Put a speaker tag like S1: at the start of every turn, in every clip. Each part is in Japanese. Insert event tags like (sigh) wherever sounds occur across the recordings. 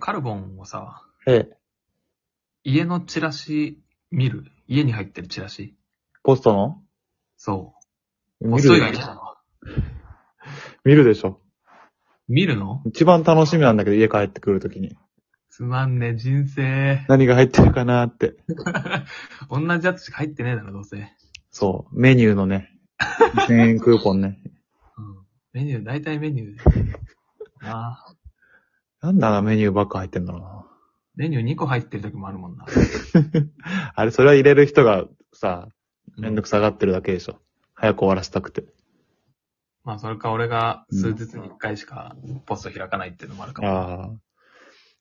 S1: カルボンをさ、
S2: ええ、
S1: 家のチラシ見る家に入ってるチラシ
S2: ポストの
S1: そ
S2: 見
S1: う。ポ
S2: る
S1: スト以外
S2: で
S1: に
S2: しょ見るでしょ。
S1: 見るの
S2: 一番楽しみなんだけど、家帰ってくるときに。
S1: つまんね、人生。
S2: 何が入ってるかなって。
S1: 同じやつしか入ってねえだろ、どうせ。うん。
S2: そう。メニュー
S1: (laughs)
S2: のね。2000円クーポンね。
S1: メニュー、大体メニュー。
S2: (laughs)
S1: ああ。
S2: なんだな、メニューばっか入ってんだろう
S1: メニュー2個入ってる時もあるもんな。
S2: な。 (laughs) あれ、それは入れる人がさ、めんどくさがってるだけでしょ。早く終わらせたくて。
S1: まあ、それか俺が数日に1回しかポスト開かないっていうのもあるかも。
S2: ああ。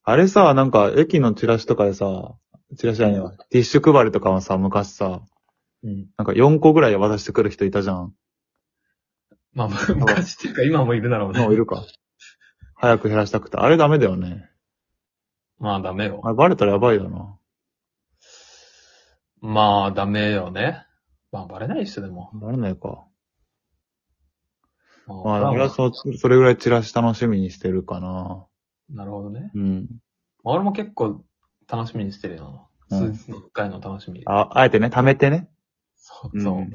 S2: あれさ、なんか、駅のチラシとかでさ、チラシじゃないわ。ティッシュ配りとかはさ、昔さ、
S1: うん。
S2: なんか4個ぐらい渡してくる人いたじゃ
S1: (laughs)
S2: ん。
S1: まあ、昔っていうか今もいるだろうね
S2: もうい。るか。早く減らしたくて。あれダメだよね。
S1: まあ、ダメよ
S2: あ。れバレたらやばいよな。
S1: まあ、ダメよね。まあ、バレない人でも。
S2: バレないか。
S1: ま
S2: まあ、俺はそ、それぐらいチラシ楽しみにしてるかな。
S1: なるほどね。
S2: うん。
S1: まあ俺も結構楽しみにしてるよな。
S2: うん
S1: 数日に1回の楽しみ。
S2: あ、あえてね、貯めてね。
S1: そう、そう。
S2: うん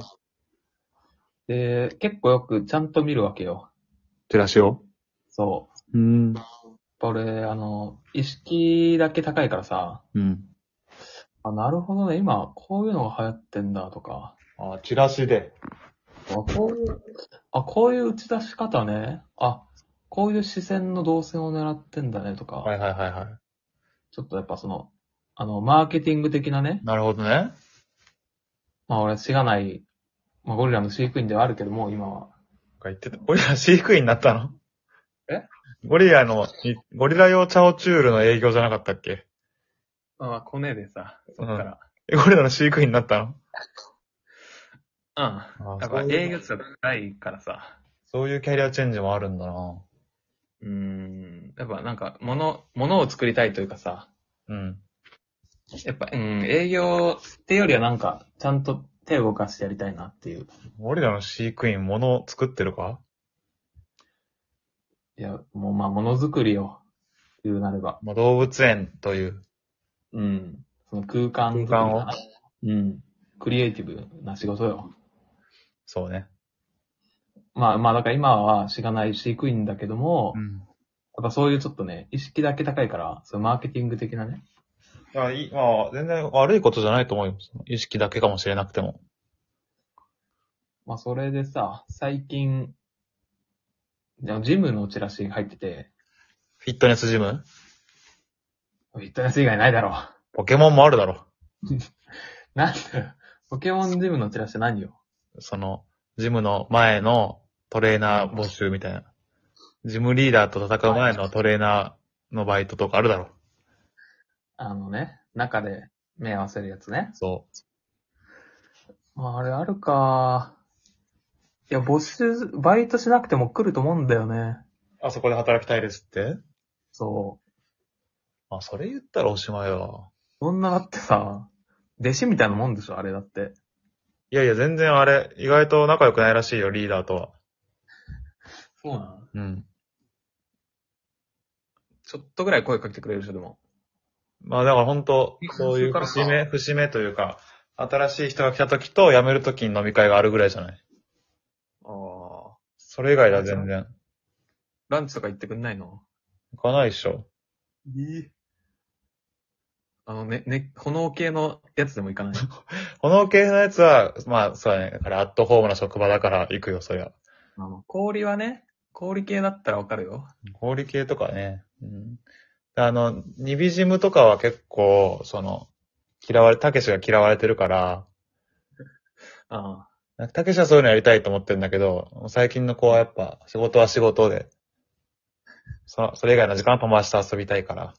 S1: で、結構よくちゃんと見るわけよ。
S2: チラシを。
S1: そう。やっ
S2: うん。
S1: ぱ俺、あの、意識だけ高いからさ、
S2: うん。
S1: あ、なるほどね、今、こういうのが流行ってんだとか、
S2: あ、チラシで。
S1: あ、こういう、あ、こういう打ち出し方ね、あ、こういう視線の動線を狙ってんだねとか、
S2: はいはいはいは
S1: ちょっとやっぱその、あの、マーケティング的なね
S2: い。、なるほどね。
S1: まあ俺、しがない、まあゴリラの飼育員ではあるけども、今は。
S2: 言ってた。ゴリラ飼育員になった (laughs) の
S1: え
S2: ゴリラの、いゴリラ用チャオチュールの営業じゃなかったっけ
S1: まあ、コネでさ、そっから。
S2: え、ゴリラの飼育員にな (laughs) った
S1: うん。
S2: の
S1: だから営業率が高いからさ。
S2: そういうキャリアチェンジもあるんだな。
S1: うーん。やっぱなんか、もの、ものを作りたいというかさ。
S2: うん。
S1: やっぱ、うん、営業ってよりはなんか、ちゃんと手を動かしてやりたいなっていう。
S2: ゴリラの飼育員、物を作ってるか
S1: いや、もうまあ、ものづくりを、言うなれば。
S2: まあ、動物園という。
S1: うん。その空間づくり
S2: 空間を
S1: うん。クリエイティブな仕事よ。
S2: そうね。
S1: まあまあ、だから今はしがない飼育員だけども、や
S2: ん。
S1: っぱそういうちょっとね、意識だけ高いから、そのマーケティング的なね。
S2: まあ、いい、まあ、全然悪いことじゃないと思うよ。その意識だけかもしれなくても。
S1: まあ、それでさ、最近、じゃあジムのチラシ入ってて、
S2: フィットネスジム
S1: フィットネス以外ないだろう。 (laughs)
S2: ポケモンもあるだろ。
S1: なんだよ。ポケモンジムのチラシ何よ。
S2: その、ジムの前のトレーナー募集みたいな。ジムリーダーと戦う前のトレーナーのバイトとかあるだろ。
S1: あのね、中で目合わせるやつね。
S2: そ
S1: まあ、あれあるか。いや、募集、バイトしなくても来ると思うんだよね。
S2: う。あそこで働きたいですって
S1: そう。
S2: あ、それ言ったらおしまいよ。
S1: そんなだってさ、弟子みたいなもんでしょ、あれだって。
S2: いやいや、全然あれ、意外と仲良くないらしいよ、リーダーとは。
S1: そうなの
S2: うん。
S1: ちょっとぐらい声かけてくれる人でも。
S2: まあだから本当
S1: うん、
S2: そうい
S1: それ
S2: う
S1: からさ
S2: 節目、節目というか、新しい人が来た時と辞める時に飲み会があるぐらいじゃない。
S1: ああ。
S2: それ以外だ、全然。
S1: ランチとか行ってくんないの
S2: 行かないでしょ。
S1: いい。あのね、ね、炎系のやつでも行か (laughs) ない。
S2: 炎系のやつは、まあそうだね。だからアットホームな職場だから行くよ、そりゃ。
S1: あの、氷はね、氷系だったらわかるよ。
S2: 氷系とかね。うん。あの、ニビジムとかは結構、その、嫌われ、たけしが嫌われてるから、
S1: あ
S2: たけしはそういうのやりたいと思ってるんだけど、最近の子はやっぱ、仕事は仕事で、そそれ以外の時間は友達と遊びたいから。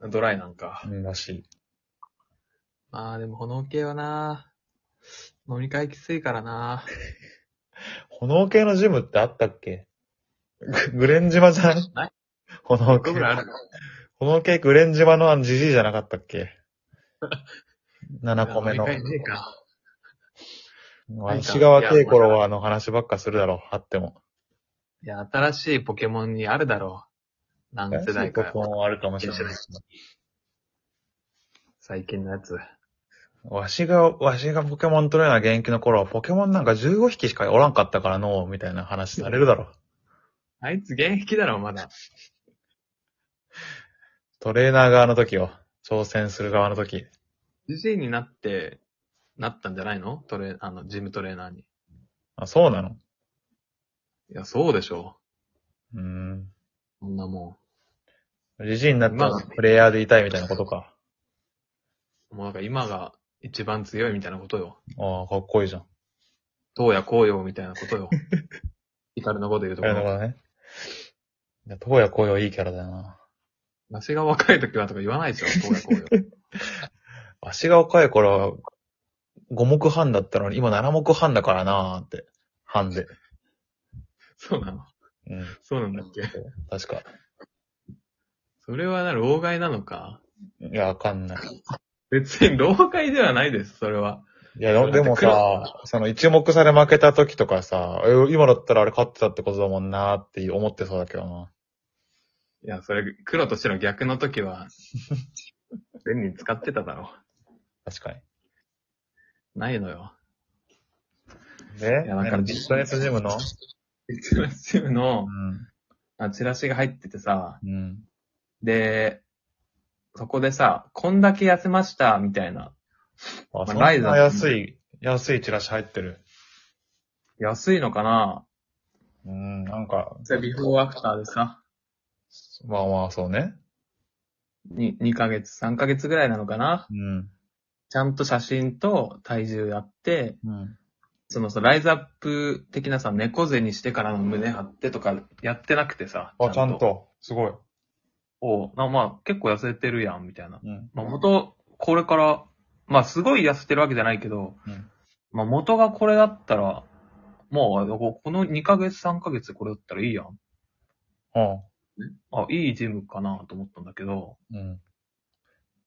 S1: あ、ドライなんか。
S2: うん、らしい。
S1: まあでも炎系はな、飲み会きついから (laughs) な。
S2: 炎系のジムってあったっけググレン島じゃん
S1: ない
S2: 炎系
S1: 僕。らある
S2: 炎系グレン島のあのジジイじゃなかったっけ
S1: の
S2: ?7 個目の
S1: 飲。み会ねえか。ないか
S2: 石川慶子はあの話ばっかするだろう、あっても。
S1: いや、新しいポケモンにあるだろ何
S2: 世
S1: 世代
S2: 代
S1: か
S2: か。
S1: よ。
S2: もあるかもしれない。
S1: 最近のやつ。
S2: わしが、わしがポケモントレーナー現役の頃は、ポケモンなんか15匹しかおらんかったからのう、みたいな話されるだろ。
S1: あいつ現役だろ、まだ。
S2: トレーナー側の時よ。挑戦する側の時。
S1: ジジイになって、なったんじゃないのトレ、あの、ジムトレーナーに。
S2: あ、そうなの
S1: いや、そうでしょ
S2: うーん。
S1: う。そんなも
S2: じじいになった
S1: ま
S2: ら
S1: あ
S2: プレイヤーでいたいみたいなことか。
S1: ん。もうなんか今が一番強いみたいなことよ。
S2: ああ、かっこいいじゃん。
S1: 東野紅葉みたいなこと
S2: (laughs)
S1: よ。イカルのこと言うとこ
S2: なるほ
S1: ろ。
S2: どね。いや、東野紅葉いいキャラだよな。
S1: わしが若い時はとか言わないでしょ、東野紅
S2: (laughs)
S1: 葉。
S2: わしが若い頃は、5目半だったのに、今7目半だからなーって。半で。
S1: そうなの
S2: うん。
S1: そうなんだっけ
S2: 確か。
S1: それはな、老害なのか
S2: いや、わかんない。
S1: 別に老害ではないです、それは。
S2: いや、ででも
S1: だって
S2: さ、その一目され負けた時とかさ、え今だったらあれ勝ってたってことだもんなーって思ってそうだけどな。
S1: いや、それ、黒と白逆の時
S2: (laughs)
S1: は、便利に使ってただろ
S2: 確かに。
S1: う。ないのよ。
S2: で、
S1: いやなんか
S2: なんか実際とジムの
S1: 一番チームの
S2: う、ん。
S1: あチラシが入っててさ、
S2: うん。
S1: で、そこでさ、こんだけ痩せました、みたいな。
S2: あ、
S1: あ
S2: そんな
S1: ライザー
S2: 安い、安いチラシ入ってる。
S1: 安いのかな
S2: うん、なんか、
S1: じゃあビフォーアフターでさ、
S2: まあまあ、そうね。
S1: に2ヶ月、3ヶ月ぐらいなのかな
S2: うん。
S1: ちゃんと写真と体重やって、
S2: うん。
S1: そのさ、ライズアップ的なさ、猫背にしてからの胸張ってとかやってなくてさ。
S2: あ、ちゃん。と。すごい。
S1: おうなまあ、結構痩せてるやん、みたいな。
S2: うん。
S1: まあ、元、これから、まあ、すごい痩せてるわけじゃないけど、
S2: うん
S1: まあ、元がこれだったら、もう、ここの2ヶ月、3ヶ月これだったらいいやん。
S2: うん。
S1: あ、いいジムかなと思ったんだけど、
S2: うん。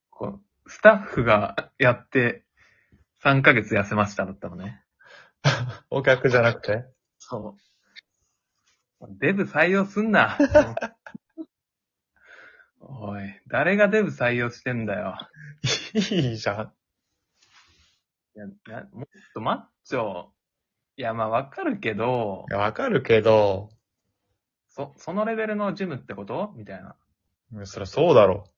S1: こうスタッフがやって、3ヶ月痩せましただったのね。
S2: お客じゃなくて
S1: そう。デブ採用すんな。 (laughs) おい、誰がデブ採用してんだよ。
S2: いいじゃん。
S1: いや、なもっとマッチョ。いや、まあわかるけど
S2: い、やわかるけど、
S1: そ、そのレベルのジムってことみたいな。
S2: そりゃそうだろ。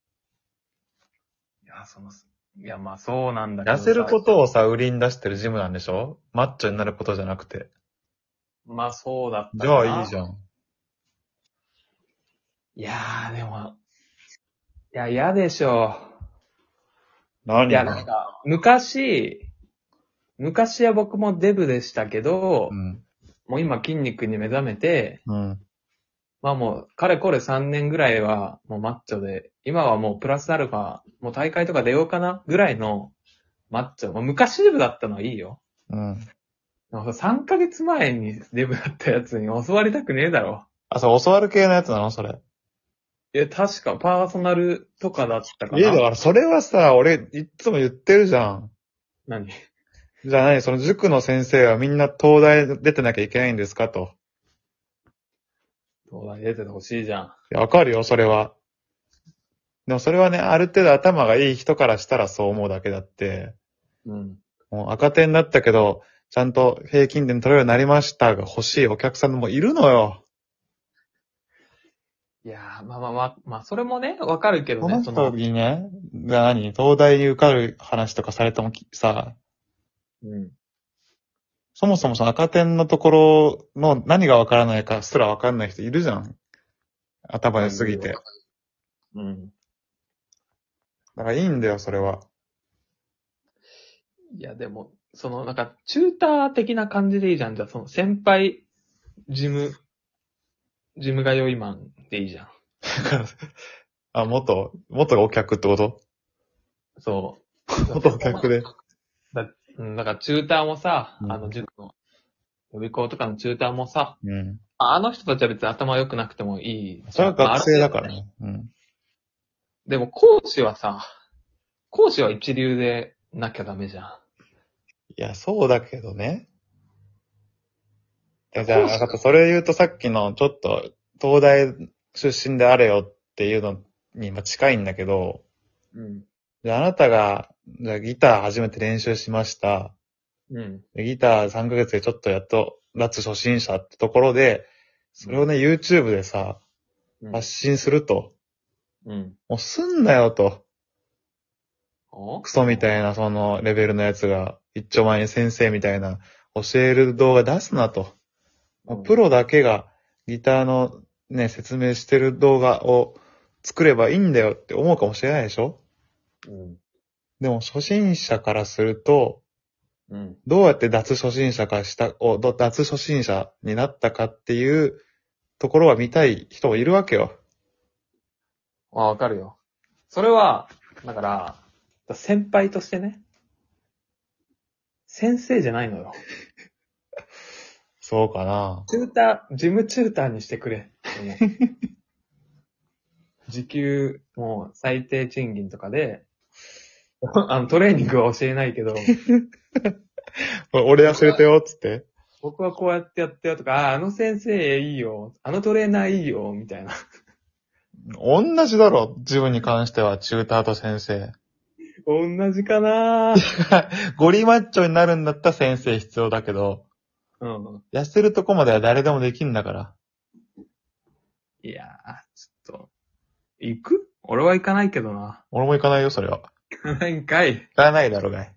S1: いや、その、いや、まあそうなんだけど
S2: 痩
S1: さ。
S2: せることをさ、売りに出してるジムなんでしょマッチョになることじゃなくて。
S1: まあそうだった
S2: じゃあいいじ
S1: ゃん。
S2: ゃん。
S1: いやー、でも、いや、嫌でしょ
S2: 何
S1: いや、なんか、昔、昔は僕もデブでしたけど、
S2: うん。
S1: もう今筋肉に目覚めて、
S2: うん。
S1: まあもう、かれこれ3年ぐらいはもうマッチョで、今はもうプラスアルファ、もう大会とか出ようかなぐらいのマッチョ。まあ、昔デブだったのはいいよ。
S2: うん。
S1: でもさ3ヶ月前にデブだったやつに教わりたくねえだろ。
S2: あ、それ教わる系のやつなのそれ。
S1: いや、確かパーソナルとかだったか
S2: いや、だ
S1: な。
S2: からそれはさ、俺、いっつも言ってるじゃん。
S1: 何
S2: じゃあ何その塾の先生はみんな東大出てなきゃいけないんですかと。
S1: 東大出ててほしいじゃん。
S2: いや、わかるよ、それは。でもそれはね、ある程度頭がいい人からしたらそう思うだけだって、
S1: うん。
S2: もう赤点だったけど、ちゃんと平均点取れるようになりましたが欲しいお客さんもいるのよ。
S1: いやー、まあまあまあ、まあそれもね、わかるけど
S2: こ
S1: ね
S2: の、
S1: そ
S2: 人
S1: の、
S2: にね、が何東大に受かる話とかされてもきさ、
S1: うん。
S2: そもそもその赤点のところの何がわからないかすらわかんない人いるじゃん。頭良すぎて。
S1: うん。
S2: だからいいんだよ、それは。
S1: いや、でも、その、なんか、チューター的な感じでいいじゃん。じゃあ、その、先輩、ジム、ジムが良いマンでいいじゃん。
S2: だから、あ、元、元お客ってこと
S1: そ
S2: (laughs) 元お客で。
S1: う。うん、だから、チューターもさ、
S2: うん
S1: あの、塾の、予備校とかのチューターもさ、
S2: うん。
S1: ああの人たちは別に頭良くなくてもいい。
S2: それは学生だから
S1: まあある程度ね
S2: ね。うん。
S1: でも、講師はさ、講師は一流でなきゃダメじゃん。
S2: いや、そうだけどね。いやじ
S1: そ
S2: ゃ
S1: う
S2: あ、
S1: っす
S2: 分かったそれ言うとさっきの、ちょっと、東大出身であれよっていうのにまあ近いんだけど、
S1: うん。
S2: であなたが、じゃあギター初めて練習しました。
S1: うん。
S2: でギター3ヶ月でちょっとやっと、脱初心者ってところで、それをね、YouTube でさ、
S1: うん
S2: 発信すると、
S1: うん。
S2: もうすんなよと、
S1: お
S2: クソみたいなそのレベルのやつが、一丁前に先生みたいな、教える動画出すなと。まあプロだけがギターのね、説明してる動画を作ればいいんだよって思うかもしれないでしょ
S1: うん。
S2: でも初心者からすると、
S1: うん。
S2: どうやって脱初心者かした、を、ど脱初心者になったかっていうところは見たい人もいるわけよ。
S1: あ、わかるよ。それは、だから、先輩としてね。先生じゃないのよ。
S2: そうかな。
S1: チューター、ジムチューターにしてくれ。もう時給、もう最低賃金とかで、 (laughs) あの、トレーニングは教えないけど、
S2: 俺忘れたよ、つって。
S1: 僕はこうやってやってよとか、あーあの先生いいよ、あのトレーナーいいよ、みたいな。
S2: 同じだろ、自分に関しては、チューターと先生。
S1: 同じかな
S2: ゴリマッチョになるんだったら先生必要だけど、
S1: うん。
S2: 痩せるとこまでは誰でもできんだから。
S1: いやー、ちょっと、行く俺は行かないけどな。 (laughs)
S2: 俺も行かないよ、それは。
S1: 行かないんかい。
S2: 行かないだろうがい。